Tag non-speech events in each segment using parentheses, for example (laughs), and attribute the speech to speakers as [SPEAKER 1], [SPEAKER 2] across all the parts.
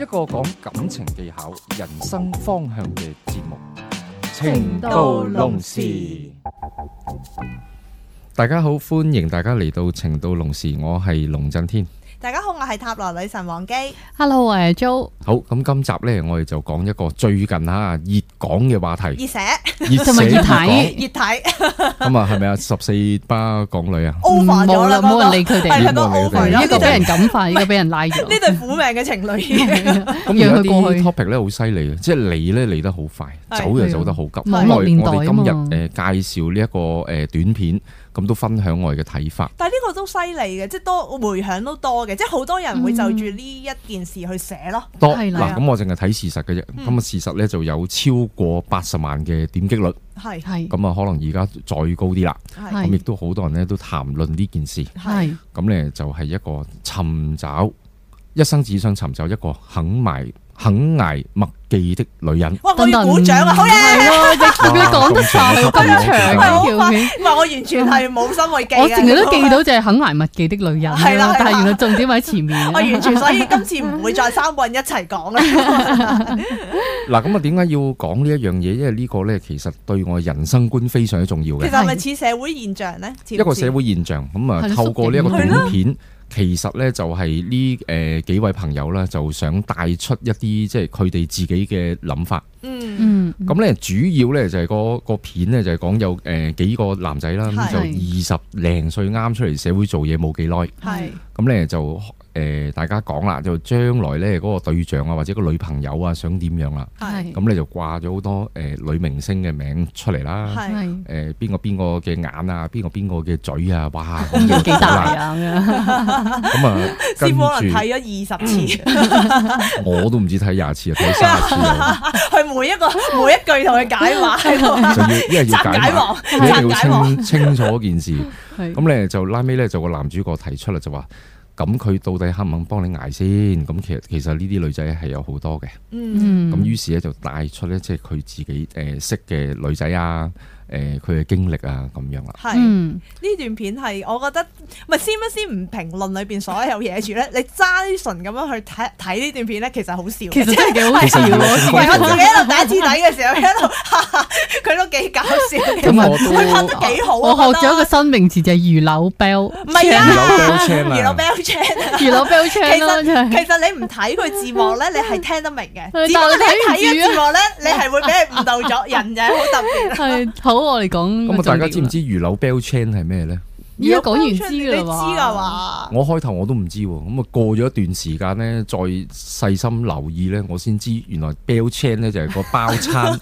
[SPEAKER 1] 一個講感情技巧、人生方向嘅節目《
[SPEAKER 2] 情到濃時》。
[SPEAKER 3] 大家好，歡迎大家嚟到情到濃時，我係龍震天。
[SPEAKER 4] 大家好，我係塔羅女神王姬。
[SPEAKER 2] Hello，我係 Jo，
[SPEAKER 3] 好，咁今集呢，我哋就講一個最近吓熱講嘅話題，
[SPEAKER 4] 熱寫
[SPEAKER 3] 熱
[SPEAKER 2] (laughs) 同埋
[SPEAKER 3] 寫
[SPEAKER 2] 熱
[SPEAKER 3] 講
[SPEAKER 2] 睇
[SPEAKER 4] 熱睇
[SPEAKER 3] 咁啊，係咪啊？十四巴港女啊，
[SPEAKER 4] over 咗
[SPEAKER 2] 冇
[SPEAKER 4] 啦，
[SPEAKER 2] 啦，冇人理佢
[SPEAKER 4] 係
[SPEAKER 2] 哋，
[SPEAKER 4] 啦，都 over 咗。
[SPEAKER 2] 一個俾人
[SPEAKER 4] (laughs)
[SPEAKER 2] 感化，一個俾人拉咗
[SPEAKER 4] 呢。對苦命嘅
[SPEAKER 2] (laughs)
[SPEAKER 4] 情侶，
[SPEAKER 3] 咁
[SPEAKER 2] 讓
[SPEAKER 3] 而
[SPEAKER 2] 佢
[SPEAKER 3] 家
[SPEAKER 2] 過去
[SPEAKER 3] 啲 topic 咧好犀利啊嘅，即係嚟咧嚟得好快，
[SPEAKER 4] 係
[SPEAKER 3] 走就走得好急。咁
[SPEAKER 2] 網絡
[SPEAKER 3] 我哋
[SPEAKER 2] 年代
[SPEAKER 3] 我哋
[SPEAKER 2] 啊嘛
[SPEAKER 3] 今日誒介紹呢一個誒短片，咁都分享我哋嘅睇法。
[SPEAKER 4] (laughs) 但係呢個都犀利嘅，即係多回響都多嘅，即係好多人會就住呢一件事去寫咯。
[SPEAKER 3] 多
[SPEAKER 2] 係啦
[SPEAKER 3] 嗱，咁我淨係睇事實嘅啫。
[SPEAKER 4] 嗯
[SPEAKER 3] 咁啊，事實咧就有超過八十萬嘅點擊率，
[SPEAKER 4] 係
[SPEAKER 2] 係
[SPEAKER 3] 咁啊，可能而家再高啲啦。
[SPEAKER 4] 係
[SPEAKER 2] 係
[SPEAKER 3] 咁亦都好多人咧都談論呢件事。
[SPEAKER 2] 係
[SPEAKER 3] 咁咧就係一個尋找一生只想尋找一個肯埋肯捱默記的女人。
[SPEAKER 4] 哇！我要鼓掌啊，好嘢！
[SPEAKER 2] 係咯，你見
[SPEAKER 4] (laughs)
[SPEAKER 2] 佢講得晒咁長嘅條片。
[SPEAKER 4] 唔係我完全係冇心去記
[SPEAKER 2] (laughs)
[SPEAKER 4] 嘅
[SPEAKER 2] 我成日都記到就係肯捱物記的女人
[SPEAKER 4] 係啦係啦
[SPEAKER 2] 啦，但係原來重點喺前面。
[SPEAKER 4] (laughs) 我完全，所以今次唔會再三個人一齊講啦。
[SPEAKER 3] 嗱，咁啊，點解要講呢一樣嘢？因為呢個呢，其實對我人生觀非常之重要
[SPEAKER 4] 其
[SPEAKER 3] 嘅
[SPEAKER 4] 實係咪似社會現象咧？
[SPEAKER 3] 一個社會現象。咁
[SPEAKER 2] 係
[SPEAKER 3] 啊，
[SPEAKER 2] 咯
[SPEAKER 3] 透過呢一個
[SPEAKER 2] 縮
[SPEAKER 4] 影
[SPEAKER 3] 短片，其實呢就係呢誒幾位朋友啦，就想帶出一啲即係佢哋自己嘅諗法。
[SPEAKER 4] 嗯
[SPEAKER 2] 嗯，
[SPEAKER 3] 咁呢，主要呢就係個個片呢，就係講有誒幾個男仔啦，
[SPEAKER 4] 係
[SPEAKER 3] 咁就二十零歲啱出嚟社會做嘢冇幾耐。
[SPEAKER 4] 係
[SPEAKER 3] 咁咧就誒、大家講啦，就將來咧嗰個對象啊，或者個女朋友啊，想點樣啦？
[SPEAKER 4] 係
[SPEAKER 3] 咁咧就掛咗好多誒、女明星嘅名出嚟啦。
[SPEAKER 4] 係
[SPEAKER 2] 係
[SPEAKER 3] 誒邊個邊個嘅眼啊，邊個邊個嘅嘴啊，
[SPEAKER 4] (laughs)
[SPEAKER 3] 哇！咁
[SPEAKER 2] 咁
[SPEAKER 3] 樣
[SPEAKER 2] 有幾大
[SPEAKER 3] 好啦
[SPEAKER 2] 啊？咁樣
[SPEAKER 3] 咁啊，
[SPEAKER 4] 師
[SPEAKER 3] 跟
[SPEAKER 4] 傅可能
[SPEAKER 3] 住
[SPEAKER 4] 睇咗二十次，
[SPEAKER 3] 我都唔知睇廿次啊，睇三十次啊，
[SPEAKER 4] (laughs) 佢每一個每一句同佢解 (laughs) 碼喺度，
[SPEAKER 3] 就要因為要
[SPEAKER 4] 拆解
[SPEAKER 3] 解碼，
[SPEAKER 4] 王，
[SPEAKER 3] 你一定
[SPEAKER 4] 拆解
[SPEAKER 3] 要
[SPEAKER 4] 王。
[SPEAKER 3] 清清楚件事。
[SPEAKER 2] 係
[SPEAKER 3] 咁咧就拉尾咧就個男主角提出啦，就話。咁佢到底肯唔肯幫你捱先？咁其實其實呢啲女仔係有好多嘅，
[SPEAKER 2] 嗯
[SPEAKER 4] 嗯，
[SPEAKER 3] 咁於是咧就帶出咧，即係佢自己誒、呃、識嘅女仔啊，誒佢嘅經歷啊咁樣啦。
[SPEAKER 4] 係
[SPEAKER 2] 嗯
[SPEAKER 4] 呢段片係我覺得，唔係先不先唔評論裏邊所有嘢住咧，你齋純咁樣去睇睇呢段片咧，其實好笑嘅。
[SPEAKER 2] 其實真係幾好
[SPEAKER 3] 其
[SPEAKER 2] 笑
[SPEAKER 3] 實
[SPEAKER 2] 喎。
[SPEAKER 4] 唔係我自己喺度打字底嘅時候，喺度哈哈佢都幾搞笑嘅。
[SPEAKER 3] 咁我
[SPEAKER 4] 佢拍得
[SPEAKER 3] 都
[SPEAKER 4] 幾好啊！
[SPEAKER 2] 我學咗一
[SPEAKER 4] 覺
[SPEAKER 2] 個
[SPEAKER 4] 得
[SPEAKER 2] 新名詞就係魚柳 bell，
[SPEAKER 4] 唔係啊，
[SPEAKER 3] 二樓 bell chain
[SPEAKER 4] 二樓
[SPEAKER 3] 啊，
[SPEAKER 4] bell chain 啊
[SPEAKER 2] 魚柳 bell
[SPEAKER 4] 其
[SPEAKER 2] chain 咯，
[SPEAKER 4] 實
[SPEAKER 2] 真
[SPEAKER 4] 其
[SPEAKER 2] 係
[SPEAKER 4] 實你唔睇佢字幕咧，你係聽得明嘅。
[SPEAKER 2] 但係
[SPEAKER 4] 只不過你睇
[SPEAKER 2] 你睇唔住
[SPEAKER 4] 咗
[SPEAKER 2] 啊
[SPEAKER 4] 字幕咧，你係會俾人誤導咗。人就係好特
[SPEAKER 2] (laughs)
[SPEAKER 4] 別。
[SPEAKER 2] 係好。我哋講
[SPEAKER 3] 咁啊，大家知唔
[SPEAKER 2] 知？
[SPEAKER 3] 知魚柳 bell chain 係咩咧？
[SPEAKER 2] 依家講完知
[SPEAKER 4] 你
[SPEAKER 2] 㗎
[SPEAKER 4] 知
[SPEAKER 2] 啦
[SPEAKER 4] 㗎
[SPEAKER 2] 嘛？
[SPEAKER 4] 嘛？
[SPEAKER 3] 我開頭我都唔知喎，咁啊過咗一段時間咧，再細心留意咧，我先知原來 bell chain 咧就係個包
[SPEAKER 4] (laughs)
[SPEAKER 3] 餐，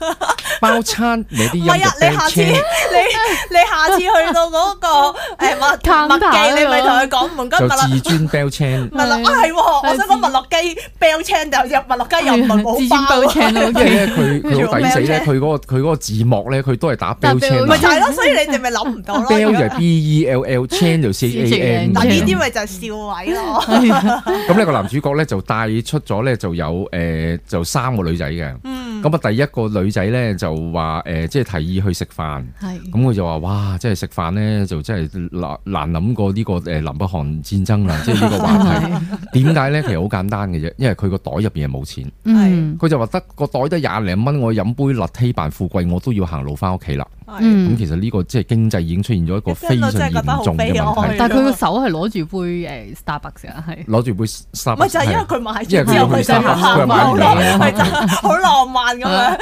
[SPEAKER 3] 包餐你啲音
[SPEAKER 4] 唔係
[SPEAKER 3] 就
[SPEAKER 4] 啊你
[SPEAKER 3] bell
[SPEAKER 4] 下次
[SPEAKER 3] chain。
[SPEAKER 4] 你你下次去到嗰個誒麥
[SPEAKER 2] Counter
[SPEAKER 4] 麥記，你咪
[SPEAKER 2] 嗰
[SPEAKER 4] 同
[SPEAKER 2] 個
[SPEAKER 4] 佢講唔該
[SPEAKER 3] 就
[SPEAKER 4] 麥樂
[SPEAKER 3] 自尊 bell
[SPEAKER 4] (laughs)
[SPEAKER 3] chain，
[SPEAKER 4] 麥樂啊係喎，我想講
[SPEAKER 2] 啊係啊
[SPEAKER 4] 麥樂雞 bell chain 就入麥樂雞又唔係
[SPEAKER 2] 係自
[SPEAKER 4] 冇
[SPEAKER 2] 尊
[SPEAKER 4] 包啊
[SPEAKER 2] bell
[SPEAKER 4] 喎。
[SPEAKER 2] (laughs) chain 咯
[SPEAKER 3] 因為咧
[SPEAKER 2] ，OK。
[SPEAKER 3] 佢佢好抵死咧，佢嗰個佢嗰個字幕咧，佢都係打 bell
[SPEAKER 2] 打 bell
[SPEAKER 3] chain，bell
[SPEAKER 4] 就係咯，所以你哋咪諗唔到
[SPEAKER 3] (laughs)
[SPEAKER 4] 咯。如
[SPEAKER 3] 就
[SPEAKER 4] 果
[SPEAKER 3] 係 B E L L，chain 就 C A N。嗯
[SPEAKER 2] 嗱
[SPEAKER 4] 嗱呢啲咪就係笑位咯。
[SPEAKER 2] (laughs)
[SPEAKER 3] 咁呢個男主角咧就帶出咗咧就有誒、呃就三個女仔嘅，
[SPEAKER 4] 嗯，
[SPEAKER 3] 咁啊第一個女仔咧就話誒、呃即係提議去食飯，
[SPEAKER 4] 嗯
[SPEAKER 2] 係
[SPEAKER 3] 咁佢就話哇，即係食飯咧就真係難難諗過呢個誒南北韓戰爭啊啦，即係呢個話題。(laughs)
[SPEAKER 4] (laughs)
[SPEAKER 3] 點解咧？其實好簡單嘅啫，因為佢個袋入邊係冇錢，
[SPEAKER 2] 嗯
[SPEAKER 3] 佢就話得個袋得廿零蚊，我飲杯辣梯扮富貴，我都要行路翻屋企啦。
[SPEAKER 4] 係
[SPEAKER 3] 咁、
[SPEAKER 2] 嗯。
[SPEAKER 3] 其實呢個即係經濟已經出現咗一個非常嚴重嘅問題，
[SPEAKER 2] 但係佢個手係攞住杯誒 Starbucks 啊，係
[SPEAKER 3] 攞住杯 s
[SPEAKER 4] 咪就係因為佢買
[SPEAKER 3] 因為佢
[SPEAKER 4] 咗之後，
[SPEAKER 3] 要
[SPEAKER 4] 佢
[SPEAKER 3] 去
[SPEAKER 4] 就
[SPEAKER 3] 三
[SPEAKER 4] 係
[SPEAKER 3] 百，佢係
[SPEAKER 4] 行
[SPEAKER 3] 買
[SPEAKER 4] 路
[SPEAKER 3] 完
[SPEAKER 4] 咯，
[SPEAKER 3] 嘢
[SPEAKER 4] 佢就好浪漫咁樣。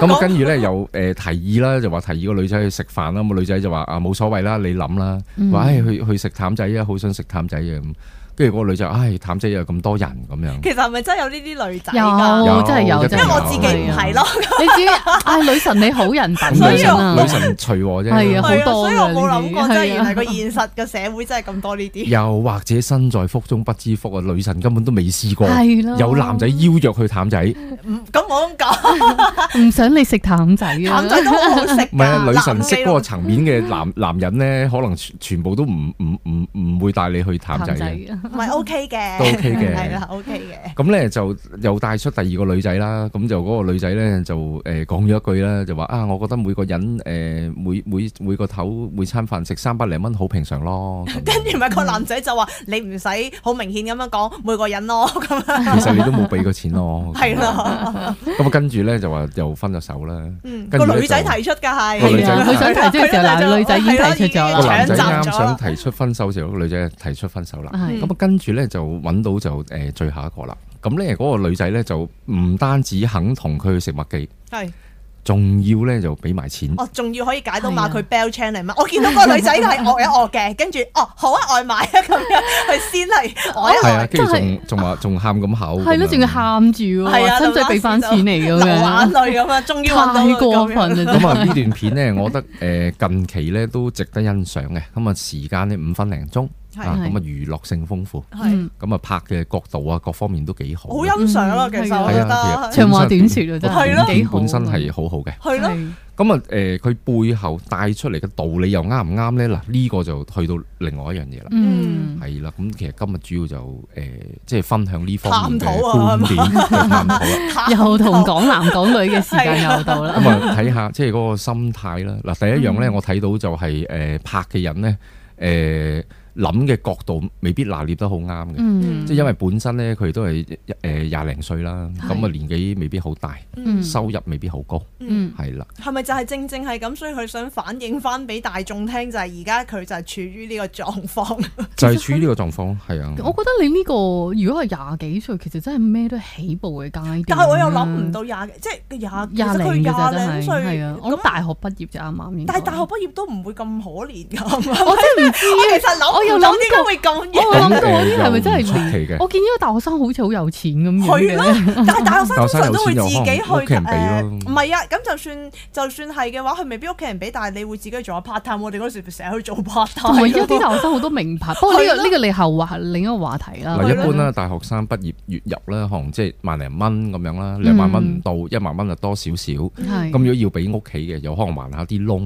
[SPEAKER 3] 咁啊，跟住咧又誒提議啦，就話提議個女仔去食飯
[SPEAKER 2] 嗯
[SPEAKER 3] 啦。咁個女仔就話啊冇所謂啦，你諗啦。話唉去去食淡仔啊，好想食淡仔啊咁。跟住嗰個女就唉，譚姐又咁多人咁樣，
[SPEAKER 4] 其實係咪真係有呢啲女仔㗎？
[SPEAKER 2] 有哦真係
[SPEAKER 3] 有
[SPEAKER 2] 有，
[SPEAKER 3] 因
[SPEAKER 2] 真
[SPEAKER 4] 因
[SPEAKER 2] 係
[SPEAKER 4] 為
[SPEAKER 2] 有
[SPEAKER 4] 我自己唔係咯，
[SPEAKER 2] 你自己，唉，女神你好人品
[SPEAKER 3] 咁女
[SPEAKER 4] 所以
[SPEAKER 3] 神
[SPEAKER 2] 啊
[SPEAKER 3] 女，神隨和啫。
[SPEAKER 2] 係啊
[SPEAKER 4] 係啊，
[SPEAKER 2] 好多
[SPEAKER 4] 所以我冇諗過，
[SPEAKER 2] 㗎呢啲
[SPEAKER 4] 真係
[SPEAKER 2] 係啊
[SPEAKER 4] 原來個現實嘅社會真係咁多呢啲。
[SPEAKER 3] 又或者身在福中不知福啊！女神根本都未試過，
[SPEAKER 2] 係咯
[SPEAKER 3] 有男仔邀約去譚仔，唔
[SPEAKER 4] 唔咁我咁講，
[SPEAKER 2] 唔想你食淡仔啊
[SPEAKER 4] 淡，仔都好好食㗎。
[SPEAKER 3] 係啊！女神識
[SPEAKER 4] 識
[SPEAKER 3] 嗰個層面嘅男男人咧，可能全全部都唔唔唔唔會帶你去譚仔啊嘅。
[SPEAKER 2] 啊
[SPEAKER 4] 唔係 OK 嘅，
[SPEAKER 3] 都 OK 嘅
[SPEAKER 4] 係啦 OK
[SPEAKER 3] 咁咧就又帶出第二個女仔啦，咁就嗰個女仔咧就誒講咗一句啦，就話啊，我覺得每個人誒、每每每個頭每餐飯食三百零蚊好平常
[SPEAKER 2] (laughs)
[SPEAKER 3] 咯。咁
[SPEAKER 4] 嘅。跟住咪個男仔就話：你唔使好明顯咁樣講每個人咯， (laughs) 咁樣
[SPEAKER 3] 其實你都冇俾過錢咯。
[SPEAKER 4] 係咯。
[SPEAKER 3] 咁啊，跟住咧就話又分咗
[SPEAKER 2] (laughs)
[SPEAKER 3] 手啦。
[SPEAKER 4] 嗯，
[SPEAKER 3] 跟
[SPEAKER 4] 個
[SPEAKER 3] 住咧
[SPEAKER 4] 女仔
[SPEAKER 3] 就
[SPEAKER 4] 提出㗎係，
[SPEAKER 3] 個女仔
[SPEAKER 2] 係啊佢想提出嘅時候嗱女仔已經提出咗啦
[SPEAKER 3] 個男仔
[SPEAKER 4] 搶
[SPEAKER 3] 啱
[SPEAKER 4] 集咗
[SPEAKER 3] 想
[SPEAKER 4] 啦。
[SPEAKER 3] 提出分手時候，個女仔提出分手啦。
[SPEAKER 4] 嗯
[SPEAKER 2] 係
[SPEAKER 3] 咁啊，跟住咧就揾到就誒、最後一個啦。咁咧嗰個女仔咧就唔單止肯同佢去食麥記，
[SPEAKER 4] 係，
[SPEAKER 3] 仲要咧就俾埋錢。
[SPEAKER 4] 哦，仲要可以解到碼
[SPEAKER 2] 係啊
[SPEAKER 4] 佢 bell chain 嚟嘛？我見到個女仔係
[SPEAKER 2] (laughs)
[SPEAKER 4] 惡一惡嘅，跟住哦好啊，外賣啊咁樣，佢先係
[SPEAKER 2] (laughs)
[SPEAKER 4] 惡一
[SPEAKER 3] 係啊，
[SPEAKER 4] 惡，
[SPEAKER 3] 跟住
[SPEAKER 2] 真
[SPEAKER 3] 仲仲話仲喊咁口咁樣，啊
[SPEAKER 2] 係咯，仲要喊住
[SPEAKER 4] 係
[SPEAKER 2] 喎，
[SPEAKER 4] 啊
[SPEAKER 2] 真係俾翻錢你
[SPEAKER 4] 流
[SPEAKER 2] 咁
[SPEAKER 4] 眼
[SPEAKER 2] 樣，
[SPEAKER 4] 淚咁啊，終於揾到
[SPEAKER 2] 太過
[SPEAKER 4] 佢咁樣。
[SPEAKER 2] 分啦！
[SPEAKER 3] 咁啊，呢段片咧，我覺得誒近期咧都值得欣賞嘅。咁啊，時間呢五分零鐘，
[SPEAKER 4] 係
[SPEAKER 3] 啊咁啊娛樂性豐富，
[SPEAKER 4] 係
[SPEAKER 3] 咁啊拍嘅角度啊各方面都幾好。
[SPEAKER 4] 好欣賞啊，
[SPEAKER 2] 嗯
[SPEAKER 4] 其
[SPEAKER 2] 係
[SPEAKER 4] 實
[SPEAKER 2] 啊
[SPEAKER 4] 我覺得
[SPEAKER 2] 長話短説啊，真
[SPEAKER 4] 係咯
[SPEAKER 2] 係幾好啊。
[SPEAKER 3] 本身係好好嘅。
[SPEAKER 4] 係咯，
[SPEAKER 2] 係
[SPEAKER 3] 咁啊誒，佢背後帶出嚟嘅道理又啱唔啱咧？嗱，呢個就去到另外一樣嘢啦。
[SPEAKER 2] 嗯，
[SPEAKER 3] 係啦，咁其實今日主要就誒，即係分享呢方面嘅
[SPEAKER 4] 探討啊
[SPEAKER 3] 觀點嘅 (laughs) 探討啦。
[SPEAKER 2] 又同港男港女嘅時間又到啦。
[SPEAKER 3] (laughs) 咁啊，睇下即係嗰個心態啦。嗱，第一樣咧，
[SPEAKER 2] 嗯
[SPEAKER 3] 我睇到就係、誒、拍嘅人咧，誒諗嘅角度未必拿捏得好啱嘅。
[SPEAKER 2] 嗯，
[SPEAKER 3] 即係因為本身咧，佢都係誒廿零歲啦，
[SPEAKER 2] 係
[SPEAKER 3] 咁啊年紀未必好大，
[SPEAKER 2] 嗯
[SPEAKER 3] 收入未必好高，
[SPEAKER 2] 嗯
[SPEAKER 3] 係啦。
[SPEAKER 4] 係咪就係正正係咁，所以佢想反映翻俾大眾聽，就係而家佢就係處於呢個狀況。
[SPEAKER 2] 啊
[SPEAKER 3] 就係處於呢個狀況咯，係啊。
[SPEAKER 2] 我覺得你呢個如果係廿幾歲，其實真係咩都起步嘅階段啦。
[SPEAKER 4] 但係我又諗唔到廿，即係廿，其
[SPEAKER 2] 廿
[SPEAKER 4] 實佢
[SPEAKER 2] 零嘅咋真
[SPEAKER 4] 廿
[SPEAKER 2] 係
[SPEAKER 4] 零
[SPEAKER 2] 係
[SPEAKER 4] 歲
[SPEAKER 2] 啊！我諗
[SPEAKER 4] 咁，
[SPEAKER 2] 大學畢業就啱啱應該。
[SPEAKER 4] 但係大學畢業都唔會咁可憐㗎。
[SPEAKER 2] 我真係唔知啊
[SPEAKER 4] 我其實諗，
[SPEAKER 2] 我又諗
[SPEAKER 4] 諗點解會咁
[SPEAKER 2] 我
[SPEAKER 4] 樣？
[SPEAKER 2] 諗到嗰啲係咪真係
[SPEAKER 3] 咁呃誒又唔出奇嘅
[SPEAKER 2] 我見呢個大學生好似好有錢咁樣
[SPEAKER 4] 係咯
[SPEAKER 2] 嘅，，
[SPEAKER 4] 但係大學生通常都會自己去
[SPEAKER 3] 大學生有錢就可能屋企人俾咯
[SPEAKER 4] 誒唔係啊，咁就算就算係嘅話，佢未必屋企人俾，但係你會自己去做下 part time。我哋嗰時成日去做 part
[SPEAKER 2] 同
[SPEAKER 4] time，
[SPEAKER 2] 埋而哦家啲大學生好多名牌。不過呢
[SPEAKER 4] 啊係
[SPEAKER 2] 個
[SPEAKER 4] 咯
[SPEAKER 2] 呢個你後話另一個話題啦。
[SPEAKER 3] 嗱，一般
[SPEAKER 2] 係
[SPEAKER 3] 啦，大學生畢業月入啦，可能即係萬零蚊咁樣啦，兩萬蚊唔到，
[SPEAKER 2] 嗯
[SPEAKER 3] 一萬蚊就多少少。
[SPEAKER 2] 咯，係
[SPEAKER 3] 咁
[SPEAKER 4] 嗯
[SPEAKER 3] 如果要俾屋企嘅，有可能還下啲窿，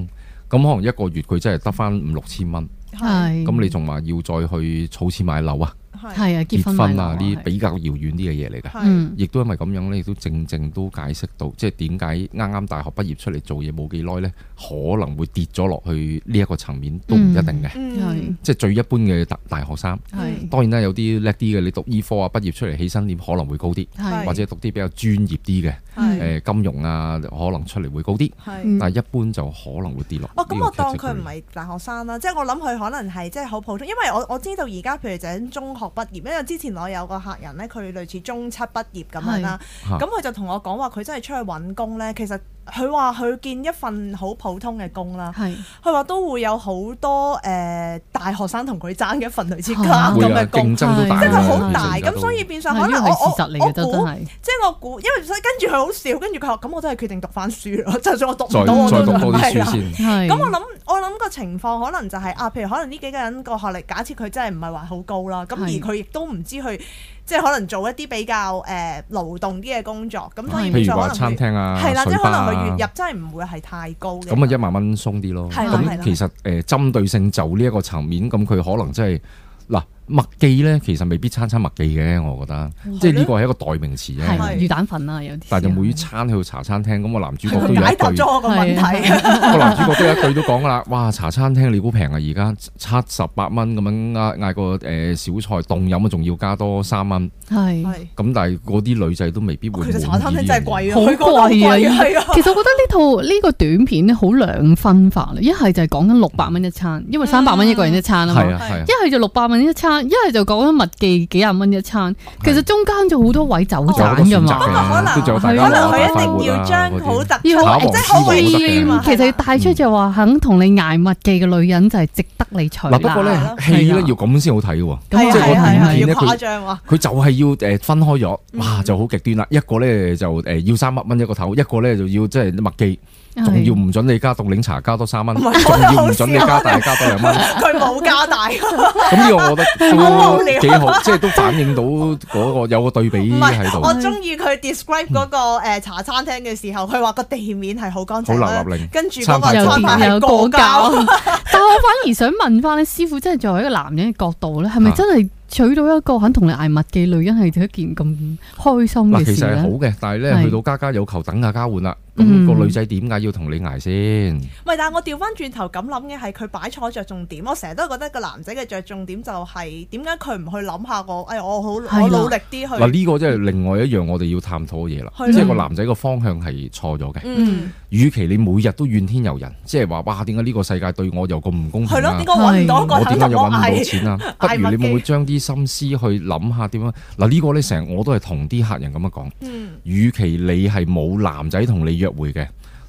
[SPEAKER 3] 咁可能一個月佢真係得翻五六千蚊。
[SPEAKER 2] 係
[SPEAKER 3] 咁你仲話要再去儲錢買樓啊、
[SPEAKER 4] 係
[SPEAKER 2] 係啊結
[SPEAKER 3] 結
[SPEAKER 2] 婚
[SPEAKER 3] 婚啊呢
[SPEAKER 2] 買樓
[SPEAKER 3] 啲比較遙遠啲嘅嘢嚟㗎。
[SPEAKER 4] 係
[SPEAKER 2] 嗯
[SPEAKER 3] 亦都因為咁樣咧，亦都正正都解釋到，即係點解啱啱大學畢業出嚟做嘢冇幾耐咧，可能會跌咗落去呢一個層面都唔一定嘅。
[SPEAKER 2] 係
[SPEAKER 4] 嗯
[SPEAKER 3] 即係最一般嘅大大學生，
[SPEAKER 2] 係
[SPEAKER 3] 當然啦，有啲叻啲嘅，你讀醫科啊，畢業出嚟起薪點可能會高啲，
[SPEAKER 2] 係
[SPEAKER 3] 或者讀啲比較專業啲嘅，誒、
[SPEAKER 2] 嗯
[SPEAKER 4] 係
[SPEAKER 3] 金融啊，可能出嚟會高啲，
[SPEAKER 4] 係。
[SPEAKER 2] 嗯
[SPEAKER 3] 但係一般就可能會跌落。
[SPEAKER 4] 哦，咁我當佢唔。係大學生啦，即係我諗佢可能係即係好普通，因為我我知道而家譬如就係中學畢業，因為之前我有個客人咧，佢類似中七畢業咁樣啦，
[SPEAKER 3] 係
[SPEAKER 4] 咁佢就同我講話佢真係出去揾工咧，其實佢話佢見一份好普通嘅工啦，
[SPEAKER 2] 係
[SPEAKER 4] 佢話都會有好多誒、呃大學生同佢爭一份類似 c
[SPEAKER 2] 啊
[SPEAKER 4] 咁
[SPEAKER 3] 會啊，
[SPEAKER 4] 嘅工
[SPEAKER 3] 競。爭都大㗎，
[SPEAKER 4] 即係佢好
[SPEAKER 3] 其實
[SPEAKER 4] 大，
[SPEAKER 3] 而家
[SPEAKER 4] 咁
[SPEAKER 3] 都
[SPEAKER 4] 所以變相
[SPEAKER 2] 係
[SPEAKER 4] 可
[SPEAKER 2] 呢
[SPEAKER 4] 能
[SPEAKER 2] 個
[SPEAKER 4] 我
[SPEAKER 2] 係事
[SPEAKER 4] 我
[SPEAKER 2] 實嚟嘅真
[SPEAKER 4] 我估，
[SPEAKER 2] 係。
[SPEAKER 4] 即係我估，因為所以跟住佢好笑，跟住佢話：咁我都係決定讀翻書咯，就算我讀
[SPEAKER 3] 再
[SPEAKER 4] 唔到我都
[SPEAKER 3] 再讀多啲
[SPEAKER 4] 係啦
[SPEAKER 3] 書先。
[SPEAKER 2] 係
[SPEAKER 4] 咁我諗，我諗個情況可能就係、啊，譬如可能呢幾個人個學歷，假設佢真係唔係話好高啦，咁
[SPEAKER 2] 係
[SPEAKER 4] 而佢亦都唔知去，即係可能做一啲比較誒、呃、勞動啲嘅工作，咁所以
[SPEAKER 2] 係
[SPEAKER 3] 譬
[SPEAKER 4] 變相
[SPEAKER 3] 如
[SPEAKER 4] 可
[SPEAKER 3] 話
[SPEAKER 4] 能
[SPEAKER 3] 餐
[SPEAKER 4] 佢
[SPEAKER 3] 廳啊、
[SPEAKER 4] 係啦，即
[SPEAKER 3] 水
[SPEAKER 4] 係可
[SPEAKER 3] 吧
[SPEAKER 4] 能佢
[SPEAKER 3] 啊
[SPEAKER 4] 月入真係唔會係太高嘅。
[SPEAKER 3] 咁啊一萬蚊鬆啲咯。
[SPEAKER 4] 係啦係
[SPEAKER 3] 咁
[SPEAKER 4] 啦
[SPEAKER 3] 其實誒針對性就呢一個層面，咁佢可能真係嗱麥記咧，其實未必餐餐麥記嘅，我覺得，即係呢個係一個代名詞啫。
[SPEAKER 2] 係
[SPEAKER 4] 嗯係
[SPEAKER 2] 魚蛋粉啊，有啲
[SPEAKER 3] 但係就每餐去茶餐廳，咁個男主角
[SPEAKER 4] 係
[SPEAKER 3] 都有
[SPEAKER 4] 佢解
[SPEAKER 3] 一
[SPEAKER 4] 答
[SPEAKER 3] 句，
[SPEAKER 4] 咗我個問題，啊
[SPEAKER 2] 啊
[SPEAKER 3] 個男主角都有一句都講㗎啦。哇！茶餐廳你估平啊？而家七十八蚊咁樣嗌嗌個誒小菜凍飲啊，仲要加多三蚊。
[SPEAKER 2] 係。啊
[SPEAKER 4] 係
[SPEAKER 3] 咁但係嗰啲女仔都未必會
[SPEAKER 4] 其實
[SPEAKER 3] 滿
[SPEAKER 4] 哦茶餐
[SPEAKER 3] 意呢
[SPEAKER 4] 廳
[SPEAKER 3] 樣
[SPEAKER 4] 真
[SPEAKER 3] 嘢
[SPEAKER 4] 係貴啊，
[SPEAKER 2] 好
[SPEAKER 4] 佢講
[SPEAKER 2] 貴啊
[SPEAKER 4] 貴
[SPEAKER 3] (laughs)
[SPEAKER 4] 係啊，
[SPEAKER 2] 其實我覺得呢套呢個短片咧好兩
[SPEAKER 4] 嗯
[SPEAKER 2] 分法啦，一係就係講緊六百蚊一餐，因為三百蚊一個人一餐啊嘛
[SPEAKER 3] 係。啊係啊
[SPEAKER 2] 一係就六百蚊一餐餐，一係就講緊麥記幾廿蚊一餐，其實中間就好多位走
[SPEAKER 3] 有好
[SPEAKER 2] 盞
[SPEAKER 3] 多
[SPEAKER 2] 㗎
[SPEAKER 3] 選擇
[SPEAKER 2] 嘛。
[SPEAKER 3] 嗯嘅，都仲有大
[SPEAKER 4] 啊可
[SPEAKER 3] 家
[SPEAKER 4] 能
[SPEAKER 3] 樂
[SPEAKER 4] 佢
[SPEAKER 3] 啊
[SPEAKER 4] 一
[SPEAKER 3] 快
[SPEAKER 4] 定
[SPEAKER 3] 活
[SPEAKER 4] 要
[SPEAKER 3] 啊
[SPEAKER 4] 將
[SPEAKER 3] 嗰啲
[SPEAKER 4] 好突
[SPEAKER 3] 炒
[SPEAKER 2] 要
[SPEAKER 4] 出，
[SPEAKER 3] 黃
[SPEAKER 4] 即係好
[SPEAKER 3] 絲
[SPEAKER 4] 危
[SPEAKER 3] 冇得
[SPEAKER 4] 險
[SPEAKER 3] 嘅
[SPEAKER 4] 啊！
[SPEAKER 2] 嗯其實要帶
[SPEAKER 3] 嗯
[SPEAKER 2] 出就話肯同你捱麥記嘅女人就係值得你娶
[SPEAKER 3] 嗱，
[SPEAKER 2] 啦。
[SPEAKER 3] 不過咧
[SPEAKER 4] 係咯啊
[SPEAKER 3] 戲咧要咁先好睇喎。
[SPEAKER 2] 咁
[SPEAKER 4] 係
[SPEAKER 2] 啊
[SPEAKER 4] 啊
[SPEAKER 3] 即係
[SPEAKER 4] 係
[SPEAKER 3] 嗰段
[SPEAKER 4] 啊係啊，
[SPEAKER 3] 片咧
[SPEAKER 4] 要
[SPEAKER 3] 佢
[SPEAKER 4] 誇張喎，
[SPEAKER 3] 佢就係要誒分開咗，哇
[SPEAKER 4] 嗯
[SPEAKER 3] 就好極端啦！一個咧啊就誒要三百蚊一個頭，一個咧就要即係麥記，仲要唔准你加凍檸茶加多三蚊，
[SPEAKER 4] 唔係啊
[SPEAKER 3] 仲要唔准你加大加多兩蚊。
[SPEAKER 4] (laughs) 佢冇
[SPEAKER 3] (laughs)
[SPEAKER 4] 加大，
[SPEAKER 3] 咁呢個我覺
[SPEAKER 4] (laughs) 好無
[SPEAKER 3] 得
[SPEAKER 4] 聊
[SPEAKER 3] 都幾好，即係都反映到嗰個有個對比
[SPEAKER 4] 啊唔
[SPEAKER 3] 喺
[SPEAKER 4] 係
[SPEAKER 3] 度，嗯
[SPEAKER 4] 我中意佢 describe 嗰個誒茶餐廳嘅時候，佢話個地面係好乾
[SPEAKER 3] 好
[SPEAKER 4] 淨啦
[SPEAKER 3] 立，立令。
[SPEAKER 4] 跟住嗰個
[SPEAKER 3] 餐
[SPEAKER 2] 又
[SPEAKER 3] 牌
[SPEAKER 4] 餐牌
[SPEAKER 2] 電
[SPEAKER 4] 係
[SPEAKER 2] 又
[SPEAKER 4] 過
[SPEAKER 2] 過
[SPEAKER 4] 膠。
[SPEAKER 2] 膠。 (laughs) 但我反而想問翻咧，師傅真係作為一個男人嘅角度咧，係咪
[SPEAKER 3] 啊
[SPEAKER 2] 真係娶到一個肯同你捱麥記嘅女人係一件咁開心
[SPEAKER 3] 嗱，
[SPEAKER 2] 嘅
[SPEAKER 3] 其
[SPEAKER 2] 事
[SPEAKER 3] 實係好
[SPEAKER 2] 咧？
[SPEAKER 3] 嘅，但係咧
[SPEAKER 2] 係
[SPEAKER 3] 去到家家有求等價交換啦，咁
[SPEAKER 2] 嗯
[SPEAKER 3] 個女仔點解要同你捱先？
[SPEAKER 4] 喂，但係我調翻轉頭咁諗嘅係佢擺錯着重點，我成日都覺得個男仔嘅着重點就係點解佢唔去諗下個，哎我好
[SPEAKER 2] 係啦
[SPEAKER 4] 我努力啲
[SPEAKER 3] 嗱，
[SPEAKER 4] 去，
[SPEAKER 3] 呢個即係另外一樣我哋要探討嘅嘢啦，
[SPEAKER 4] 係咯
[SPEAKER 3] 即係個男仔個方向係錯咗嘅。
[SPEAKER 4] 嗯，
[SPEAKER 3] 與其你每日都怨天尤人，即係話哇點解呢個世界對我又咁唔
[SPEAKER 2] 嗯
[SPEAKER 3] 公平
[SPEAKER 4] 係咯，
[SPEAKER 3] 啊
[SPEAKER 4] 點解？揾唔到一個
[SPEAKER 3] 我
[SPEAKER 4] 肯
[SPEAKER 3] 點
[SPEAKER 4] 同
[SPEAKER 3] 解又
[SPEAKER 4] 我
[SPEAKER 3] 揾唔到
[SPEAKER 4] 嗌？
[SPEAKER 3] 錢
[SPEAKER 4] (laughs)
[SPEAKER 3] 啊？不
[SPEAKER 4] 嗌
[SPEAKER 3] 如
[SPEAKER 4] 麥
[SPEAKER 3] 你會唔
[SPEAKER 4] 記
[SPEAKER 3] 會將啲心思去諗下點樣？嗱呢個呢，成日我都係同啲客人咁樣講，
[SPEAKER 4] 嗯，
[SPEAKER 3] 與其你係冇男仔同你約會嘅，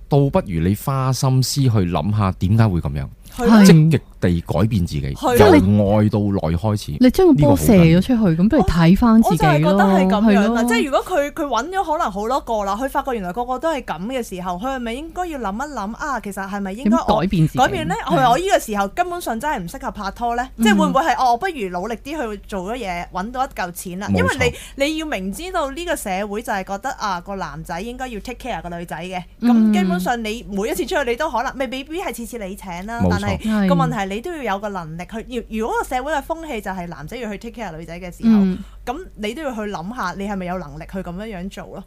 [SPEAKER 3] 倒不如你花心思去諗下點解會咁樣，
[SPEAKER 4] 係咯
[SPEAKER 2] 係
[SPEAKER 3] 積極地改變自己，
[SPEAKER 4] 哎係啊
[SPEAKER 3] 由
[SPEAKER 2] 咯
[SPEAKER 3] 外到內開始。
[SPEAKER 2] 你將個波射咗出去，咁不如睇翻自
[SPEAKER 4] 我
[SPEAKER 2] 己
[SPEAKER 4] 就係覺
[SPEAKER 2] 咯。
[SPEAKER 4] 得係咁樣啦，
[SPEAKER 2] 係咯
[SPEAKER 4] 即係如果佢佢揾咗可能好多個啦，佢發覺原來個個都係咁嘅時候，佢係咪應該要諗一諗啊？其實係咪應該
[SPEAKER 2] 點
[SPEAKER 4] 我
[SPEAKER 2] 改變自己？
[SPEAKER 4] 改變咧？係咪我呢個時候根本上真係唔適合拍拖咧？
[SPEAKER 2] 嗯
[SPEAKER 4] 即係會唔會係哦？我不如努力啲去做咗嘢，揾到一嚿錢啦。
[SPEAKER 3] 冇錯
[SPEAKER 4] 因為你你要明知道呢個社會就係覺得啊個男仔應該要 take care 個女仔嘅，咁
[SPEAKER 2] 嗯
[SPEAKER 4] 基本上你每一次出去你都可能未未必係次次你請啦
[SPEAKER 3] 冇，錯
[SPEAKER 4] 但係
[SPEAKER 2] 係
[SPEAKER 4] 個問題係你都要有個能力去。如如果個社會嘅風氣就係男仔要去 take care 女仔嘅時候，
[SPEAKER 2] 嗯
[SPEAKER 4] 咁你都要去諗下你係咪有能力去咁樣樣做咯？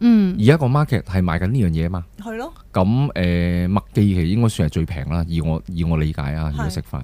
[SPEAKER 2] 嗯
[SPEAKER 3] 而家個 market 係賣緊呢樣嘢嘛？
[SPEAKER 4] 係咯，
[SPEAKER 3] 咁誒麥記其實應該算係最平啦，以我以我理解啊，如果
[SPEAKER 4] 係
[SPEAKER 3] 食飯。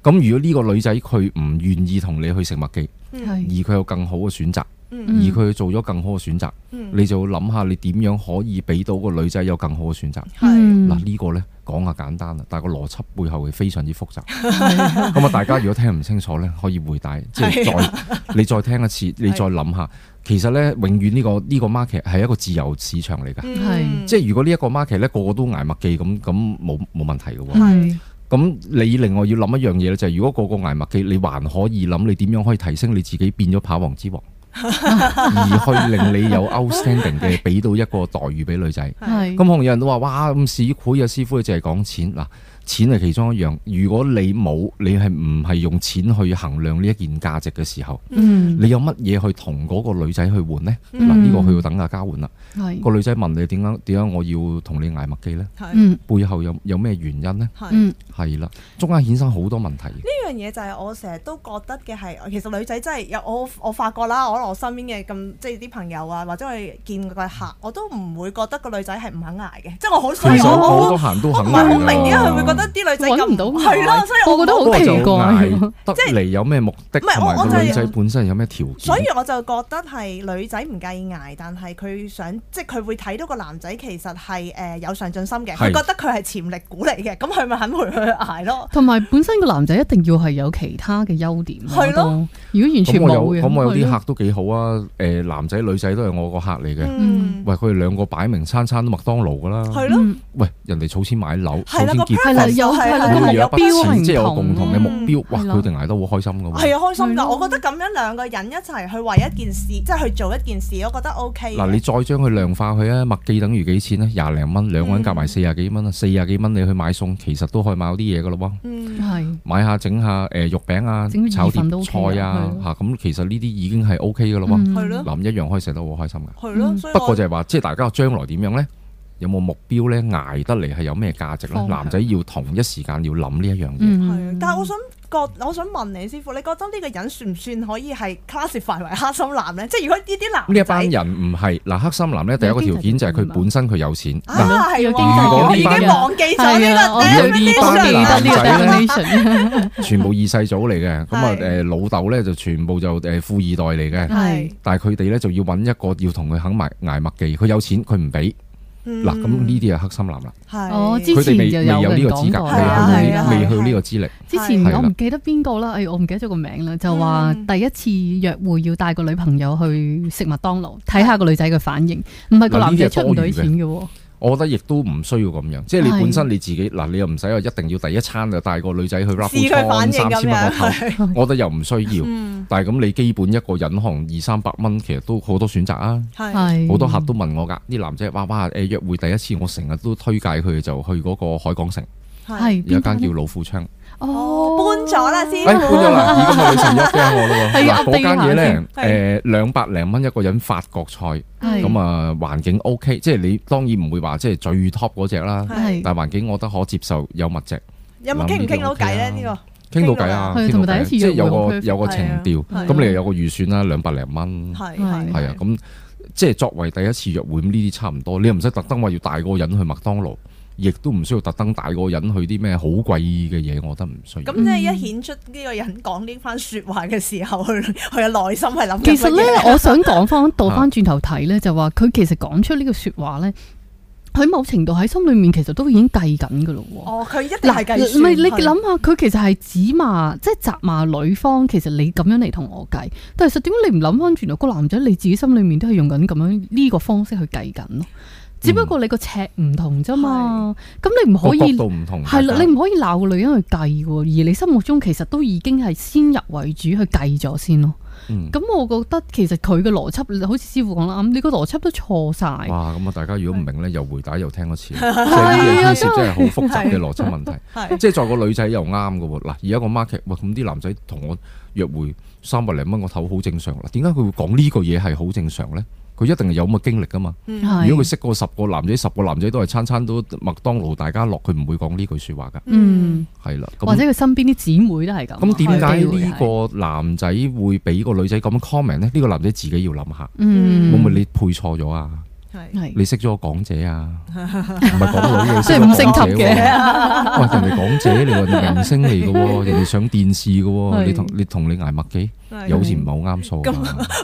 [SPEAKER 3] 咁如果呢個女仔佢唔願意同你去食麥記，而
[SPEAKER 2] 係
[SPEAKER 3] 佢有更好嘅選擇，而
[SPEAKER 4] 嗯
[SPEAKER 2] 嗯
[SPEAKER 3] 佢做咗更好嘅選擇，
[SPEAKER 4] 嗯，
[SPEAKER 3] 你就要諗下你點樣可以俾到個女仔有更好嘅選擇。
[SPEAKER 4] 係
[SPEAKER 2] 嗯
[SPEAKER 3] 嗱呢個呢講下簡單啦，但係個邏輯背後係非常之複雜。咁啊，大家如果聽唔清楚呢，可以回帶，即係再你再聽一次，你再諗下。其實呢，永遠呢個呢個 market 係一個自由市場嚟㗎。
[SPEAKER 4] 嗯
[SPEAKER 2] 係
[SPEAKER 3] 即係如果呢一個 market 咧個個都捱麥記咁咁冇冇問題嘅喎。
[SPEAKER 4] 嗯
[SPEAKER 2] 係
[SPEAKER 3] 咁你另外要諗一樣嘢咧，就係如果個個捱麥記，你還可以諗你點樣可以提升你自己變咗跑王之王，而去令你有 outstanding 嘅俾到一個待遇俾女仔。
[SPEAKER 2] 係
[SPEAKER 3] 咁可能有人都話：哇咁市儈啊，師傅淨係講錢嗱。錢係其中一樣，如果你冇，你係唔係用錢去衡量呢一件價值嘅時候，
[SPEAKER 2] 嗯
[SPEAKER 3] 你有乜嘢去同嗰個女仔去換呢？嗱、
[SPEAKER 2] 嗯
[SPEAKER 3] 呢個去到等價交換啦。
[SPEAKER 2] 係
[SPEAKER 3] 個女仔問你點解點解我要同你捱麥記呢？
[SPEAKER 4] 係
[SPEAKER 2] 嗯
[SPEAKER 3] 背後有有咩原因呢？
[SPEAKER 4] 係。
[SPEAKER 2] 嗯
[SPEAKER 3] 係啦，中間衍生好多問題。
[SPEAKER 4] 呢樣嘢就係我成日都覺得嘅係，其實女仔真係有我我發覺啦，我我身邊嘅咁即係啲朋友啊，或者我哋見嘅客，我都唔會覺得個女仔係唔肯捱嘅，即係我好
[SPEAKER 3] 其
[SPEAKER 4] 所以
[SPEAKER 3] 實
[SPEAKER 4] 我
[SPEAKER 3] 好
[SPEAKER 4] 我
[SPEAKER 3] 多行都
[SPEAKER 4] 我
[SPEAKER 3] 肯
[SPEAKER 4] 唔係
[SPEAKER 3] 捱㗎
[SPEAKER 4] 好明點解佢會覺得啲女仔
[SPEAKER 2] 揾
[SPEAKER 4] 咁
[SPEAKER 2] 唔到
[SPEAKER 4] 係咯，所以
[SPEAKER 2] 個
[SPEAKER 4] 我
[SPEAKER 2] 個都
[SPEAKER 3] 不
[SPEAKER 2] 好
[SPEAKER 3] 過就
[SPEAKER 2] 奇怪
[SPEAKER 3] 捱得嚟有咩目的，
[SPEAKER 4] 唔係
[SPEAKER 3] 同
[SPEAKER 4] 我
[SPEAKER 3] 埋
[SPEAKER 4] 我
[SPEAKER 3] 個
[SPEAKER 4] 就
[SPEAKER 3] 女仔本身有咩條件
[SPEAKER 4] 所以。我就覺得係女仔唔計捱，但係佢想即係佢會睇到個男仔其實係誒、呃有上進心嘅，
[SPEAKER 3] 係
[SPEAKER 4] 佢覺得佢係潛力股嚟嘅，咁佢咪肯陪佢去捱咯。
[SPEAKER 2] 同埋本身個男仔一定要係有其他嘅優點咯，
[SPEAKER 4] 係咯
[SPEAKER 2] 都。如果完全
[SPEAKER 3] 咁
[SPEAKER 2] 冇
[SPEAKER 3] 我有
[SPEAKER 2] 嘅，
[SPEAKER 3] 咁我有
[SPEAKER 2] 係
[SPEAKER 3] 啲
[SPEAKER 2] 咯
[SPEAKER 3] 客都幾好啊！誒，男仔女仔都係我個客嚟嘅。
[SPEAKER 4] 嗯，
[SPEAKER 3] 喂，佢哋兩個擺明餐餐都麥當勞㗎啦。
[SPEAKER 4] 係咯，
[SPEAKER 2] 嗯
[SPEAKER 3] 喂，人哋儲錢買樓，
[SPEAKER 4] 係啊啦
[SPEAKER 3] 儲錢結
[SPEAKER 2] 係
[SPEAKER 3] 婚
[SPEAKER 2] 啦，有係啦個
[SPEAKER 3] 每
[SPEAKER 2] 目
[SPEAKER 3] 人有一
[SPEAKER 2] 標
[SPEAKER 3] 筆錢，
[SPEAKER 2] 係
[SPEAKER 3] 即係有個
[SPEAKER 2] 同啊
[SPEAKER 3] 共
[SPEAKER 2] 嗯
[SPEAKER 3] 同嘅目標。哇，
[SPEAKER 2] 係啦
[SPEAKER 3] 佢哋捱得好開心㗎喎。
[SPEAKER 4] 係啊，開心
[SPEAKER 2] 係
[SPEAKER 4] 㗎！
[SPEAKER 2] 咯
[SPEAKER 4] 我覺得咁樣兩個人一齊去為一件事，即係去做一件事，我覺得 O K
[SPEAKER 3] 嗱，你再將佢量化佢啊，麥記等於幾錢咧？廿零蚊，兩個人
[SPEAKER 4] 嗯
[SPEAKER 3] 夾埋四廿幾蚊啊，四廿幾蚊你去買餸，其實都可以買到啲嘢噶咯喎，
[SPEAKER 4] 嗯，
[SPEAKER 2] 係
[SPEAKER 3] 買下整下誒肉餅啊
[SPEAKER 2] 整個，意
[SPEAKER 3] 炒
[SPEAKER 2] 粉都
[SPEAKER 3] 碟
[SPEAKER 2] OK
[SPEAKER 3] 菜啊
[SPEAKER 2] 㗎係咯
[SPEAKER 3] 嚇，咁其實呢啲已經係 O K 噶咯喎，
[SPEAKER 2] 嗯
[SPEAKER 4] 係咯
[SPEAKER 3] 嗱一樣可以食得好開心噶。
[SPEAKER 4] 係咯，
[SPEAKER 2] 嗯
[SPEAKER 4] 所以
[SPEAKER 3] 不過
[SPEAKER 4] 我
[SPEAKER 3] 就係話，即係大家將來點樣咧？有冇目標咧？捱得嚟係有咩價值咧？
[SPEAKER 2] 方向
[SPEAKER 3] 男仔要同一時間要諗呢一樣嘢。
[SPEAKER 4] 係啊
[SPEAKER 2] 嗯，
[SPEAKER 4] 但係我想覺，我想問你師傅，你覺得呢個人算唔算可以係 classify 為黑心男咧？即係如果呢啲男
[SPEAKER 3] 呢
[SPEAKER 4] 仔
[SPEAKER 3] 一班人唔係嗱，黑心男咧，第一個條件就係佢本身佢有錢嗱。
[SPEAKER 4] 啊，係
[SPEAKER 2] 有經
[SPEAKER 3] 濟
[SPEAKER 4] 喎，我已
[SPEAKER 3] 能力
[SPEAKER 4] 經
[SPEAKER 3] 啊
[SPEAKER 4] 忘記咗
[SPEAKER 2] 係
[SPEAKER 4] 呢
[SPEAKER 2] 啊，
[SPEAKER 4] 個
[SPEAKER 2] 我
[SPEAKER 3] 如果
[SPEAKER 2] 有
[SPEAKER 4] definition 啊
[SPEAKER 3] 呢
[SPEAKER 2] 啲
[SPEAKER 3] 班
[SPEAKER 2] 啊記得呢個
[SPEAKER 3] 男
[SPEAKER 2] definition
[SPEAKER 3] 全部二世祖嚟嘅，咁啊
[SPEAKER 4] 係嗯
[SPEAKER 3] 誒老豆咧就全部就誒富二代嚟嘅，
[SPEAKER 2] 係
[SPEAKER 3] 但係佢哋咧就要揾一個要同佢肯埋捱麥記，佢有錢佢唔俾，嗱，咁呢啲係黑心男啦，
[SPEAKER 4] 係
[SPEAKER 2] 哦之
[SPEAKER 3] 佢哋未
[SPEAKER 2] 前就
[SPEAKER 3] 未
[SPEAKER 2] 有
[SPEAKER 3] 有呢個資
[SPEAKER 2] 人講過啦
[SPEAKER 3] 格，未去呢
[SPEAKER 4] 係啊係啊
[SPEAKER 3] 未去呢
[SPEAKER 4] 係
[SPEAKER 3] 個
[SPEAKER 4] 啊
[SPEAKER 3] 資歷，
[SPEAKER 2] 之前
[SPEAKER 3] 係啦
[SPEAKER 2] 我唔記得邊個啦，哎，我唔記得咗個名啦，就話
[SPEAKER 4] 嗯
[SPEAKER 2] 第一次約會要帶個女朋友去食麥當勞，睇下個女仔嘅反應，唔係個
[SPEAKER 3] 嗱呢啲
[SPEAKER 2] 男仔
[SPEAKER 3] 係
[SPEAKER 2] 出
[SPEAKER 3] 多
[SPEAKER 2] 唔到
[SPEAKER 3] 餘嘅
[SPEAKER 2] 錢嘅喎，
[SPEAKER 3] 我覺得亦都唔需要咁樣，即係你
[SPEAKER 2] 係
[SPEAKER 3] 本身你自己嗱，你又唔使話一定要第一餐就帶個女仔去 r a p
[SPEAKER 4] 試佢反
[SPEAKER 3] p 三
[SPEAKER 4] 應咁
[SPEAKER 3] 千蚊個頭，
[SPEAKER 4] (laughs) 樣，
[SPEAKER 3] 我覺得又唔需要。
[SPEAKER 4] 嗯，
[SPEAKER 3] 但係咁你基本一個人行二三百蚊，其實都好多選擇啊！
[SPEAKER 4] 係
[SPEAKER 2] 係
[SPEAKER 3] 好多客都問我㗎，啲男仔哇哇誒約會第一次，我成日都推介佢就去嗰個海港城，
[SPEAKER 4] 係
[SPEAKER 2] 係
[SPEAKER 3] 有
[SPEAKER 2] 邊
[SPEAKER 3] 間
[SPEAKER 2] 間
[SPEAKER 3] 叫老虎窗，
[SPEAKER 4] 哦，搬咗啦先
[SPEAKER 3] 誒，搬咗
[SPEAKER 4] (laughs)
[SPEAKER 3] 啦，而家咪女神一 f 我咯喎。
[SPEAKER 2] 係啊
[SPEAKER 3] 嗱嗰間嘢
[SPEAKER 2] update
[SPEAKER 3] 咧誒兩百零蚊一個人法國菜，
[SPEAKER 2] 係
[SPEAKER 3] 咁啊
[SPEAKER 4] 嗯
[SPEAKER 3] 環境 OK，即係你當然唔會話即係最 top 嗰只啦，
[SPEAKER 2] 係
[SPEAKER 3] 但係環境我覺得可接受，有物值，
[SPEAKER 4] 有冇傾唔傾到偈咧？
[SPEAKER 3] 諗呢
[SPEAKER 4] 呢
[SPEAKER 3] 個
[SPEAKER 4] 個
[SPEAKER 3] 傾到偈啊，
[SPEAKER 2] 係
[SPEAKER 3] 傾
[SPEAKER 2] 同
[SPEAKER 3] 到偈
[SPEAKER 2] 埋
[SPEAKER 3] 啊
[SPEAKER 2] 第
[SPEAKER 3] 即
[SPEAKER 2] 一
[SPEAKER 3] 係
[SPEAKER 2] 次約會
[SPEAKER 3] 有
[SPEAKER 2] 好
[SPEAKER 3] 個
[SPEAKER 2] perfect
[SPEAKER 3] 有個情調，
[SPEAKER 4] 係啊
[SPEAKER 3] 咁你又有個預算啦，兩百零蚊。
[SPEAKER 4] 係
[SPEAKER 2] 係
[SPEAKER 3] 係啊，咁即係作為第一次約會，咁呢啲差唔多，你又唔使特登話要帶個人去麥當勞，亦都唔需要特登帶個人去啲咩好貴嘅嘢，我覺得唔需要
[SPEAKER 4] 咁。即係一顯出呢個人講呢番説話嘅時候， (laughs) 佢佢嘅內心係諗緊
[SPEAKER 2] 其實咧
[SPEAKER 4] 乜嘢，
[SPEAKER 2] 我想講翻倒翻轉頭睇咧，就話佢其實講出呢個説話咧，佢某程度喺心裏面其實都已經計緊嘅咯喎。
[SPEAKER 4] 哦，佢一定
[SPEAKER 2] 嗱，
[SPEAKER 4] 係計
[SPEAKER 2] 唔
[SPEAKER 4] 算。
[SPEAKER 2] 係你諗
[SPEAKER 4] 係
[SPEAKER 2] 下，佢其實係指罵，即係責罵女方。其實你咁樣嚟同我計，但係實點解你唔諗翻轉頭個男仔你自己心裡面都係用緊咁樣呢個方式去計緊咯。只不過你個尺唔同啫嘛，咁你唔可
[SPEAKER 3] 嗯個角
[SPEAKER 2] 以
[SPEAKER 3] 度唔同，
[SPEAKER 2] 係
[SPEAKER 3] 大
[SPEAKER 2] 啦，
[SPEAKER 3] 家
[SPEAKER 2] 你唔可以鬧個女人去計喎，而你心目中其實都已經係先入為主去計咗先咯。
[SPEAKER 3] 嗯
[SPEAKER 2] 咁我覺得其實佢嘅邏輯，好似師傅講啦，啱你個邏輯都錯晒。
[SPEAKER 3] 哇，咁啊，大家如果唔明咧，又回打又聽一次，即係呢啲牽涉真係好複雜嘅邏輯問題。
[SPEAKER 4] 係
[SPEAKER 3] 即係作為個女仔又啱嘅喎，嗱，而家個 market，喂，咁啲男仔同我約會三百零蚊個頭好正常啦，點解佢會講呢個嘢係好正常咧？佢一定係有咁嘅經歷噶嘛。
[SPEAKER 4] 嗯
[SPEAKER 2] 係
[SPEAKER 3] 如果佢識過十個男仔，十個男仔都係餐餐都麥當勞大家樂，佢唔會講呢句説話㗎。
[SPEAKER 2] 嗯，
[SPEAKER 3] 係啦，
[SPEAKER 2] 或者
[SPEAKER 3] 咁
[SPEAKER 2] 佢身邊啲姊妹都係咁。
[SPEAKER 3] 咁點解
[SPEAKER 2] 有機會
[SPEAKER 3] 呢
[SPEAKER 2] 係
[SPEAKER 3] 個男仔會俾個女仔咁 comment 呢？呢個男仔自己要諗下，會
[SPEAKER 2] 嗯，
[SPEAKER 3] 唔會你配錯咗啊？
[SPEAKER 4] 係
[SPEAKER 2] 係
[SPEAKER 3] 你識咗個港姐
[SPEAKER 4] (laughs)
[SPEAKER 3] 啊？唔係港女，你識
[SPEAKER 2] 雖
[SPEAKER 3] 咗
[SPEAKER 2] 然五星級
[SPEAKER 3] 港姐喎
[SPEAKER 2] 嘅。
[SPEAKER 3] 喂，人哋港姐，你話你明星嚟嘅喎，人哋上電視嘅
[SPEAKER 4] (laughs)
[SPEAKER 3] 喎，
[SPEAKER 2] 係
[SPEAKER 3] 你同你同你挨麥記，
[SPEAKER 4] 係
[SPEAKER 3] 又好似唔係好啱數啊。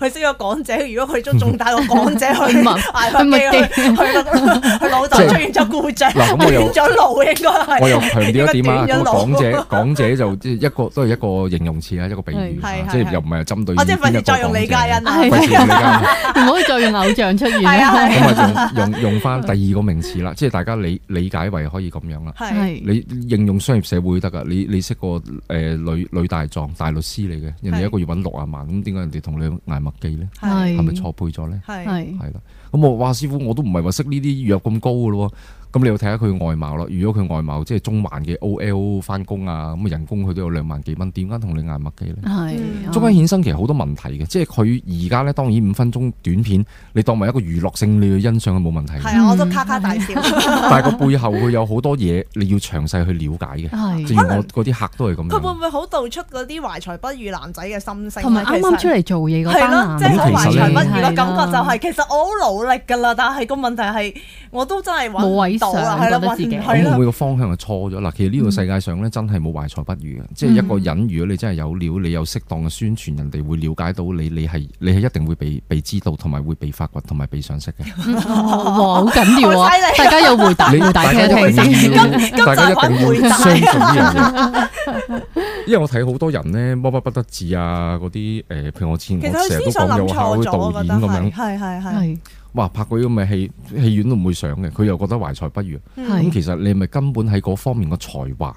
[SPEAKER 4] 佢識咗港姐，如果佢都仲帶個
[SPEAKER 2] (laughs)
[SPEAKER 4] 港姐去 (laughs) 捱翻機
[SPEAKER 2] 去麥記
[SPEAKER 4] (laughs) 去，佢佢老豆出現咗故障，
[SPEAKER 3] 嗱咁我又
[SPEAKER 4] (laughs) 斷咗路應該
[SPEAKER 3] 我
[SPEAKER 4] 係。
[SPEAKER 3] 又強調
[SPEAKER 4] (laughs)
[SPEAKER 3] 一點啊，
[SPEAKER 4] 一
[SPEAKER 3] 咁
[SPEAKER 4] 個短一路
[SPEAKER 3] 港姐港姐就即係一個都係一個形容詞啊，一個比喻啊
[SPEAKER 4] 係係，係
[SPEAKER 3] 即係又唔係針對
[SPEAKER 4] 哦我即係費
[SPEAKER 3] 邊一
[SPEAKER 4] 事
[SPEAKER 3] 個
[SPEAKER 4] 再用李嘉
[SPEAKER 3] 港
[SPEAKER 4] 欣
[SPEAKER 3] 姐啊
[SPEAKER 4] 啊啦，
[SPEAKER 2] 係
[SPEAKER 3] 費事用李嘉欣
[SPEAKER 4] (laughs)
[SPEAKER 2] 唔可以再用偶像出現
[SPEAKER 4] 係啊
[SPEAKER 2] 啦。
[SPEAKER 4] 係啊
[SPEAKER 3] 咁啊用用用翻第二個名詞啦，即係大家理理解為可以咁樣啦。
[SPEAKER 4] 係啊
[SPEAKER 2] 係
[SPEAKER 3] 你應用商業社會得㗎，你你識個誒、呃女女大狀大律師嚟嘅，人哋
[SPEAKER 4] 係嗯
[SPEAKER 3] 一個月揾六啊萬，咁點解人哋同你挨麥記咧？
[SPEAKER 2] 係
[SPEAKER 3] 係咪錯配咗咧？
[SPEAKER 4] 係
[SPEAKER 2] 係
[SPEAKER 3] 係啦，咁我哇師傅我都唔係話識呢啲藥咁高嘅咯喎，咁你要睇下佢外貌啦。如果佢外貌即係中環嘅 OL 翻工啊，咁人工佢都有兩萬幾蚊，點解同你挨麥記咧？
[SPEAKER 2] 係
[SPEAKER 4] 嗯
[SPEAKER 3] 中間衍生其實好多問題嘅，即係佢而家咧當然五分鐘短片，你當為一個娛樂性你去欣賞佢冇問題嘅，
[SPEAKER 4] 係啊，我都咔咔大笑。
[SPEAKER 3] 但係個背後佢有好多嘢你要詳細去了解嘅。正
[SPEAKER 2] 係
[SPEAKER 3] 如我嗰啲客都係咁
[SPEAKER 4] 佢會
[SPEAKER 3] 樣。
[SPEAKER 4] 唔會好道出嗰啲懷才不遇男仔嘅心聲啊？
[SPEAKER 2] 同埋啱啱出嚟做嘢嗰
[SPEAKER 4] 係
[SPEAKER 2] 班
[SPEAKER 4] 咯，
[SPEAKER 2] 男
[SPEAKER 4] 即
[SPEAKER 2] 仔
[SPEAKER 4] 係好
[SPEAKER 3] 咁其
[SPEAKER 4] 懷
[SPEAKER 3] 實
[SPEAKER 4] 才
[SPEAKER 3] 呢
[SPEAKER 4] 不遇嘅感覺就
[SPEAKER 2] 係
[SPEAKER 4] 係，其實我好努力㗎啦，但係個問題係我都真係揾唔到啊啦，
[SPEAKER 2] 冇位
[SPEAKER 4] 係
[SPEAKER 2] 上
[SPEAKER 4] 啦，
[SPEAKER 2] 覺得自己
[SPEAKER 3] 咁
[SPEAKER 4] 揾唔係
[SPEAKER 3] 會唔
[SPEAKER 4] 啦，
[SPEAKER 3] 會個方向係錯咗嗱？其實呢個世界上咧真係冇懷才不遇嘅，即
[SPEAKER 4] 嗯
[SPEAKER 3] 係一個人如果你真係有料，你有適當嘅宣傳，人哋會了解到你，你係你係一定會被被知道，同埋會被發掘，同埋被賞識
[SPEAKER 4] (laughs)
[SPEAKER 3] 嘅。
[SPEAKER 2] 哇，好緊要啊
[SPEAKER 4] 好犀！利
[SPEAKER 2] 大家有回答
[SPEAKER 3] 你，
[SPEAKER 2] 大家
[SPEAKER 3] 一
[SPEAKER 2] 聽
[SPEAKER 3] 定
[SPEAKER 2] 先。
[SPEAKER 3] 要，大家一定要相信呢
[SPEAKER 4] 啊
[SPEAKER 3] 樣嘢。
[SPEAKER 4] (laughs)
[SPEAKER 3] 因為我睇好多人咧，摸不不得志啊，嗰啲誒，譬如我之前
[SPEAKER 4] 其實
[SPEAKER 3] 我
[SPEAKER 4] 佢
[SPEAKER 3] 成日
[SPEAKER 4] 思
[SPEAKER 3] 都
[SPEAKER 4] 想
[SPEAKER 3] 講
[SPEAKER 4] 諗
[SPEAKER 3] 有考
[SPEAKER 4] 錯咗，
[SPEAKER 3] 導
[SPEAKER 4] 我覺
[SPEAKER 3] 演
[SPEAKER 4] 得
[SPEAKER 3] 咁樣
[SPEAKER 4] 係，係係係。
[SPEAKER 2] 係
[SPEAKER 3] 哇，拍過啲咁嘅戲，戲院都唔會上嘅，佢又覺得懷才不遇。咁
[SPEAKER 2] 係
[SPEAKER 3] 其實你係咪根本喺嗰方面嘅才華，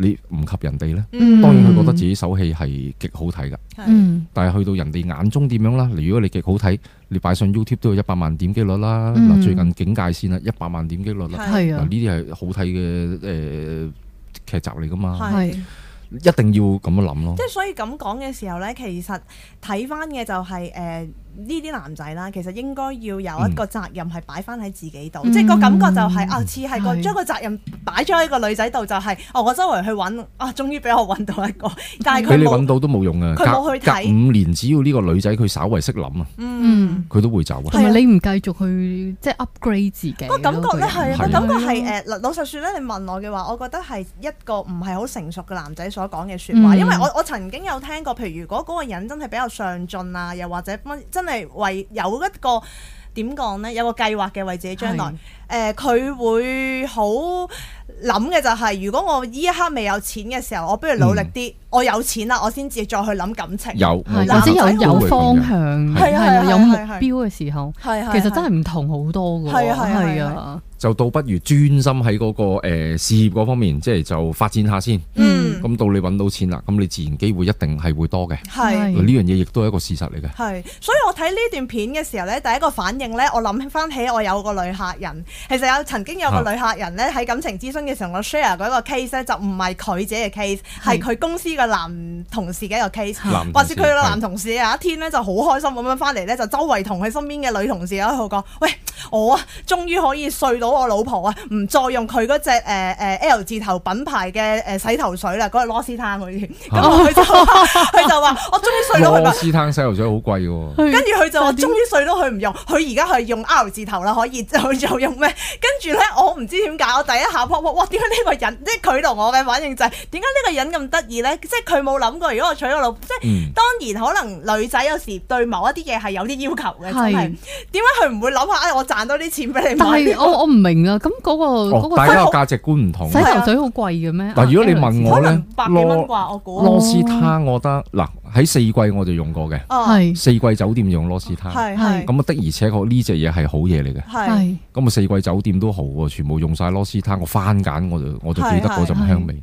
[SPEAKER 3] 你唔及人哋呢？
[SPEAKER 2] 嗯
[SPEAKER 3] 當然佢覺得自己手戲係極好睇噶，
[SPEAKER 4] 係
[SPEAKER 2] 嗯
[SPEAKER 3] 但係去到人哋眼中點樣啦？如果你極好睇，你擺上 YouTube 都有一百萬點擊率啦。嗱、
[SPEAKER 2] 嗯
[SPEAKER 3] 最近警戒線啦，一百萬點擊率啦。
[SPEAKER 2] 係
[SPEAKER 3] 嗱，
[SPEAKER 2] 啊
[SPEAKER 3] 呢，啲係好睇嘅誒劇集嚟噶嘛，
[SPEAKER 4] 係
[SPEAKER 2] 係。
[SPEAKER 3] 一定要咁樣諗咯
[SPEAKER 4] 即。係所以咁講嘅時候呢，其實睇翻嘅就係誒呢啲男仔啦，其實應該要有
[SPEAKER 3] 嗯
[SPEAKER 4] 一個責任係擺翻喺自己度，
[SPEAKER 2] 嗯
[SPEAKER 4] 即係個感覺就係、啊，似係個
[SPEAKER 2] 係
[SPEAKER 4] 將個責任擺咗喺個女仔度，就係、哦，我周圍去揾啊，終於俾我揾到一個，但係
[SPEAKER 3] 俾
[SPEAKER 4] 佢
[SPEAKER 3] 你
[SPEAKER 4] 冇
[SPEAKER 3] 揾，到都冇用啊！
[SPEAKER 4] 佢冇
[SPEAKER 3] 隔
[SPEAKER 4] 去睇
[SPEAKER 3] 隔五年，只要呢個女仔佢稍為識諗啊，
[SPEAKER 4] 嗯
[SPEAKER 2] 嗯。
[SPEAKER 3] 佢都會走啊。
[SPEAKER 2] 同埋你唔繼續去即係啊 upgrade 自己咯，
[SPEAKER 4] 個感覺咧係啊
[SPEAKER 3] 個
[SPEAKER 4] 個
[SPEAKER 3] 人
[SPEAKER 4] 感覺係誒，嗱老實説咧，你問我嘅話，我覺得係一個唔係好成熟嘅男仔所講嘅説話，
[SPEAKER 2] 嗯
[SPEAKER 4] 因為我我曾經有聽過，譬如如果嗰個人真係比較上進啊，又或者乜真係為有一個。點講呢？有個計劃嘅為自己將來
[SPEAKER 2] 係。
[SPEAKER 4] 誒佢、會好諗嘅就係、如果我依一刻未有錢嘅時候，我不如努力啲，我有錢啦，我先至再去諗感情。
[SPEAKER 3] 有
[SPEAKER 2] 係
[SPEAKER 4] 男
[SPEAKER 2] 或者嗯有
[SPEAKER 4] 仔
[SPEAKER 2] 有
[SPEAKER 3] 會咁
[SPEAKER 2] 方
[SPEAKER 3] 樣
[SPEAKER 2] 向，係
[SPEAKER 4] 係啊係
[SPEAKER 2] 啦
[SPEAKER 4] 啊
[SPEAKER 2] 有
[SPEAKER 4] 係啊
[SPEAKER 2] 目
[SPEAKER 4] 係啊
[SPEAKER 2] 標嘅時候，
[SPEAKER 4] 係係
[SPEAKER 2] 其實真
[SPEAKER 4] 係啊
[SPEAKER 2] 係唔同好多噶，
[SPEAKER 4] 係啊係啊
[SPEAKER 2] 係
[SPEAKER 4] 係
[SPEAKER 2] 啊，
[SPEAKER 3] 就倒不如專心喺嗰、個誒、呃事業嗰方面，即係就發展下先。
[SPEAKER 4] 嗯
[SPEAKER 3] 咁到你揾到錢啦，咁你自然機會一定係會多嘅。呢
[SPEAKER 4] 係。
[SPEAKER 2] 係
[SPEAKER 3] 樣嘢亦都係一個事實嚟嘅。
[SPEAKER 4] 係，所以我睇呢段片嘅時候呢，第一個反應呢，我諗翻起我有個女客人，其實有曾經有個女客人呢，喺感情諮詢嘅時候，我 share 過一個 case 呢，就唔係佢自己嘅 case，係佢公司嘅男同事嘅一個 case。
[SPEAKER 3] 男
[SPEAKER 4] 話説佢個
[SPEAKER 3] 係
[SPEAKER 4] 男同事有一天呢，就好開心咁樣翻嚟呢，就周圍同佢身邊嘅女同事啊喺度講：喂，我啊，終於可以睡到我老婆啊，唔再用佢嗰只誒誒 L 字頭品牌嘅誒洗頭水啦，嗰個 l o s 嗰啲。咁佢就佢就話：我終於睡到佢
[SPEAKER 3] 摩
[SPEAKER 4] 個。
[SPEAKER 3] 斯灘洗頭水好貴嘅喎，
[SPEAKER 4] 跟住佢就話：
[SPEAKER 2] 但係點啊
[SPEAKER 4] 終於碎到佢唔用，佢而家係用 R 字頭啦，可以 (laughs) 就就用咩？跟住咧，我唔知點解，我第一下 pop 哇！點解呢個人即係佢同我嘅反應就係點解呢個人咁得意咧？即係佢冇諗過，如果我娶個老，即係、
[SPEAKER 3] 嗯
[SPEAKER 4] 當然可能女仔有時對某一啲嘢係有啲要求嘅，真係
[SPEAKER 2] 係
[SPEAKER 4] 點解佢唔會諗下？哎，我賺多啲錢俾你買
[SPEAKER 2] 但係我我唔明啊，咁嗰個嗰
[SPEAKER 3] 哦，
[SPEAKER 2] 個
[SPEAKER 3] 大家嘅價值觀唔同
[SPEAKER 2] 洗。頭水好貴嘅咩？啊
[SPEAKER 3] 嗱，如果你問我
[SPEAKER 4] 可
[SPEAKER 3] 呢
[SPEAKER 4] 能百幾蚊
[SPEAKER 3] 羅
[SPEAKER 4] 啩，我估
[SPEAKER 3] 羅斯灘，我覺得嗱喺四季我就用過嘅，
[SPEAKER 4] 哦
[SPEAKER 2] 係
[SPEAKER 3] 四季酒店用羅斯灘，咁啊
[SPEAKER 4] 係係
[SPEAKER 3] 的而且確呢只嘢係好嘢嚟嘅。
[SPEAKER 4] 係
[SPEAKER 2] 係
[SPEAKER 3] 咁啊四季酒店都好喎，全部用晒羅斯灘，我番梘我就我就記得嗰陣香味。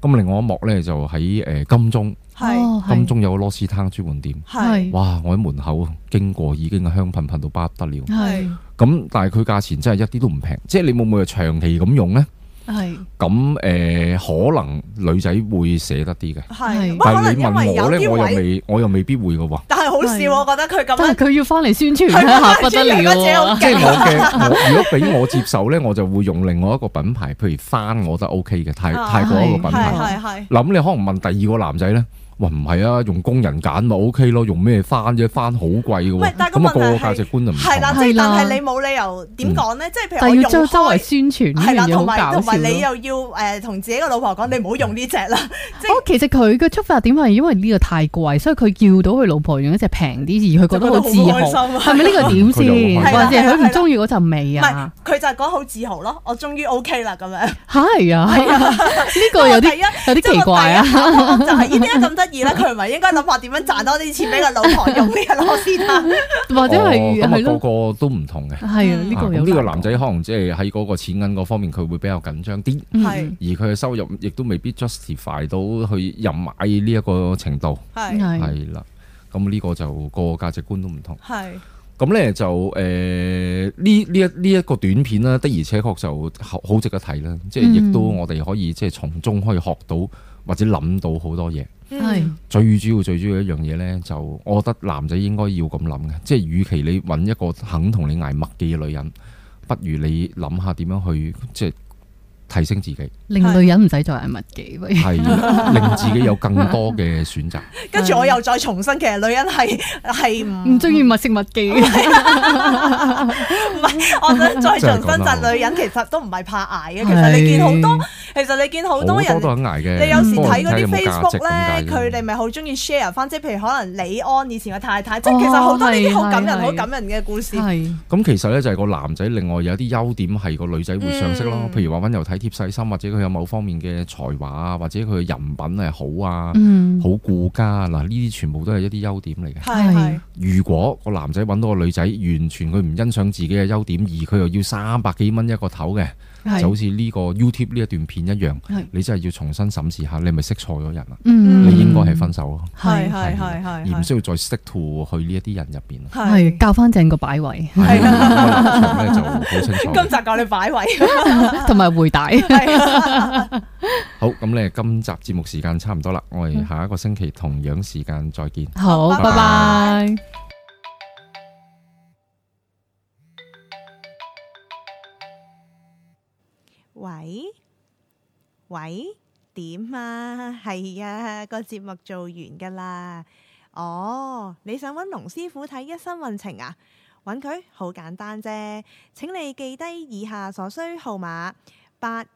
[SPEAKER 3] 咁另外一幕呢，就喺誒呃金鐘，
[SPEAKER 4] 係
[SPEAKER 2] 哦係
[SPEAKER 3] 金鐘有個羅斯灘專門店。
[SPEAKER 4] 係
[SPEAKER 2] 係
[SPEAKER 3] 哇！我喺門口經過已經係香噴噴到不得了。
[SPEAKER 2] 係
[SPEAKER 3] 咁但係佢價錢真係一啲都唔平，即係你會唔會長期咁用呢？
[SPEAKER 2] 係
[SPEAKER 3] 咁誒、呃可能女仔會捨得啲嘅，
[SPEAKER 4] 係，
[SPEAKER 2] 係
[SPEAKER 4] 哇
[SPEAKER 3] 但
[SPEAKER 4] 可
[SPEAKER 3] 係
[SPEAKER 4] 能
[SPEAKER 3] 你
[SPEAKER 4] 因為
[SPEAKER 3] 問我呢，
[SPEAKER 4] 有
[SPEAKER 3] 我又
[SPEAKER 4] 啲位，
[SPEAKER 3] 未我又未必會嘅喎。
[SPEAKER 4] 但係好笑，我覺得佢咁
[SPEAKER 2] 但係
[SPEAKER 4] 樣
[SPEAKER 2] 佢要翻嚟宣
[SPEAKER 4] (laughs)
[SPEAKER 2] 傳一下，不得
[SPEAKER 4] 佢嗰隻
[SPEAKER 2] 了
[SPEAKER 4] 好
[SPEAKER 2] 啊！
[SPEAKER 3] 即係我嘅，
[SPEAKER 4] (laughs)
[SPEAKER 3] 我如果俾我接受呢，我就會用另外一個品牌，譬如翻，我覺得 OK 嘅，泰
[SPEAKER 4] 啊
[SPEAKER 3] 泰國一個品
[SPEAKER 4] 係
[SPEAKER 3] 牌。
[SPEAKER 4] 係係
[SPEAKER 3] 嗱咁你可能問第二個男仔呢？哇唔係啊，用工人揀咪 OK 咯，用咩翻啫？翻好貴嘅喎，咁
[SPEAKER 4] 喂
[SPEAKER 3] 啊
[SPEAKER 4] 但係個
[SPEAKER 3] 個個
[SPEAKER 4] 問題係
[SPEAKER 3] 價值觀就唔同
[SPEAKER 4] 係啦，。即係
[SPEAKER 2] 係
[SPEAKER 4] 但
[SPEAKER 2] 啦
[SPEAKER 4] 係你冇理由點講咧？即係譬如
[SPEAKER 2] 嗯但
[SPEAKER 4] 我
[SPEAKER 2] 係
[SPEAKER 4] 用
[SPEAKER 2] 要周周圍
[SPEAKER 4] 開。
[SPEAKER 2] 宣傳
[SPEAKER 4] 係
[SPEAKER 2] 呢樣
[SPEAKER 4] 啦，
[SPEAKER 2] 嘢好
[SPEAKER 4] 同埋
[SPEAKER 2] 搞
[SPEAKER 4] 同
[SPEAKER 2] 笑
[SPEAKER 4] 埋你
[SPEAKER 2] 咯。
[SPEAKER 4] 又要誒同自己個老婆講，你唔好用呢只啦。
[SPEAKER 2] 哦，其實佢嘅出發點係因為呢個太貴，所以佢叫到佢老婆用一隻平啲，而佢覺得好自
[SPEAKER 4] 就覺得
[SPEAKER 2] 豪
[SPEAKER 4] 好
[SPEAKER 2] 哎
[SPEAKER 4] 開心。啊
[SPEAKER 2] 係咪呢個點先？
[SPEAKER 3] 嗯佢就好開心
[SPEAKER 2] 或者佢唔中意嗰陣味
[SPEAKER 4] 唔係
[SPEAKER 2] 啊？，
[SPEAKER 4] 佢就係講好自豪咯，我終於 OK 啦咁樣。
[SPEAKER 2] 係 (laughs) 啊，呢個有啲
[SPEAKER 4] 因為我
[SPEAKER 2] 有
[SPEAKER 4] 第一
[SPEAKER 2] 啲奇怪啊！！
[SPEAKER 4] 即係我第一下就係咦點解咁得意咧？佢唔係應該諗下點樣賺多啲錢俾個老婆用呢個螺絲啦？
[SPEAKER 2] 或者係
[SPEAKER 3] 哦咁啊
[SPEAKER 2] 係
[SPEAKER 3] 個
[SPEAKER 2] 咯，
[SPEAKER 3] 個都唔同嘅。
[SPEAKER 2] 係啊，
[SPEAKER 4] 嗯
[SPEAKER 2] 呢
[SPEAKER 3] 啊
[SPEAKER 2] 個有
[SPEAKER 3] 咁呢個
[SPEAKER 2] 難
[SPEAKER 3] 男仔可能即係喺嗰個錢銀嗰方面，佢會比較緊張啲，
[SPEAKER 2] 嗯
[SPEAKER 4] 係
[SPEAKER 3] 而佢嘅收入亦都未必 justify 到去任買呢一個程度，
[SPEAKER 4] 係
[SPEAKER 2] 嗯係
[SPEAKER 3] 係啦。咁呢個就個價值觀都唔同。
[SPEAKER 4] 係
[SPEAKER 3] 咁呢就誒呢呢一呢一個短片啦，的而且確就好好值得睇啦。即係亦都
[SPEAKER 2] 嗯
[SPEAKER 3] 我哋可以即係從中可以學到或者諗到好多嘢。
[SPEAKER 2] 係
[SPEAKER 4] 嗯
[SPEAKER 3] 最主要最主要一樣嘢呢，就我覺得男仔應該要咁諗嘅，即係與其你揾一個肯同你捱麥嘅女人，不如你諗下點樣去即係提升自己，
[SPEAKER 2] 令女人唔使再係物己，不如
[SPEAKER 3] 係
[SPEAKER 4] (laughs)
[SPEAKER 3] 令自己有更多嘅選擇。
[SPEAKER 4] 跟住我又再重申，其實女人係係唔
[SPEAKER 2] 唔中意物色物己
[SPEAKER 4] 哦
[SPEAKER 2] 嘅。
[SPEAKER 4] 唔係，我想再重新
[SPEAKER 3] 真係講得
[SPEAKER 4] 就
[SPEAKER 3] 好
[SPEAKER 4] 女人其實都唔係怕捱嘅，其實你見好多，其實你見好
[SPEAKER 3] 好多
[SPEAKER 4] 多人
[SPEAKER 3] 都。肯捱嘅，嗯
[SPEAKER 4] 你有時睇嗰
[SPEAKER 3] 不過睇有
[SPEAKER 4] 啲
[SPEAKER 3] 冇價值
[SPEAKER 4] Facebook 咧，
[SPEAKER 3] 咁解啫
[SPEAKER 4] 佢哋咪好中意 share 翻，即係譬如可能李安以前嘅太太，即
[SPEAKER 2] 哦
[SPEAKER 4] 係其實好多呢啲好感
[SPEAKER 2] 係
[SPEAKER 4] 人、
[SPEAKER 2] 係
[SPEAKER 4] 好感人嘅故事。
[SPEAKER 2] 係
[SPEAKER 3] 咁其實呢，就係個男仔另外有啲優點係個女仔會賞識咯，
[SPEAKER 4] 嗯
[SPEAKER 3] 譬如話温柔體貼細心，或者佢有某方面嘅才華啊，或者佢嘅人品係好啊，
[SPEAKER 2] 嗯
[SPEAKER 3] 好顧家啊嗱，呢啲全部都係一啲優點嚟嘅。
[SPEAKER 4] 係係
[SPEAKER 3] 如果個男仔揾到個女仔，完全佢唔欣賞自己嘅優點，而佢又要三百幾蚊一個頭嘅，就好
[SPEAKER 2] 係
[SPEAKER 3] 似呢個 YouTube 呢一段片一樣
[SPEAKER 2] 係，
[SPEAKER 3] 你真係要重新審視下，你係咪識錯咗人啊？
[SPEAKER 2] 嗯
[SPEAKER 3] 你應該係分手咯，
[SPEAKER 4] 係
[SPEAKER 2] 係
[SPEAKER 4] 係係
[SPEAKER 3] 而
[SPEAKER 4] 係
[SPEAKER 3] 唔
[SPEAKER 4] 係
[SPEAKER 3] 需要再 stick to 去呢一啲人入邊啦。
[SPEAKER 2] 係
[SPEAKER 4] 係。
[SPEAKER 2] 教翻正個擺
[SPEAKER 4] (laughs)
[SPEAKER 2] 位，
[SPEAKER 3] 係啊咁個立場咧就好清楚。
[SPEAKER 4] 今集教你擺位， (laughs)
[SPEAKER 2] 同埋回帶。
[SPEAKER 3] (laughs) 好，咁咧今集節目時間差唔多啦，我哋下一個星期同樣時間再見。
[SPEAKER 2] 好，
[SPEAKER 4] 拜
[SPEAKER 2] 拜拜。
[SPEAKER 4] 喂喂，點啊？ (laughs) 係啊，個節目做完噶啦。哦，你想揾龍師傅睇一生運程啊？揾佢好簡單啫。請你記低以下所需號碼八二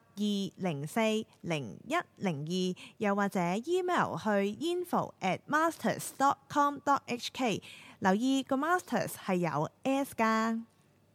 [SPEAKER 4] 零四零一零二，又或者 email 去 info at masters dot com dot hk。留意個 masters 係有 S 㗎。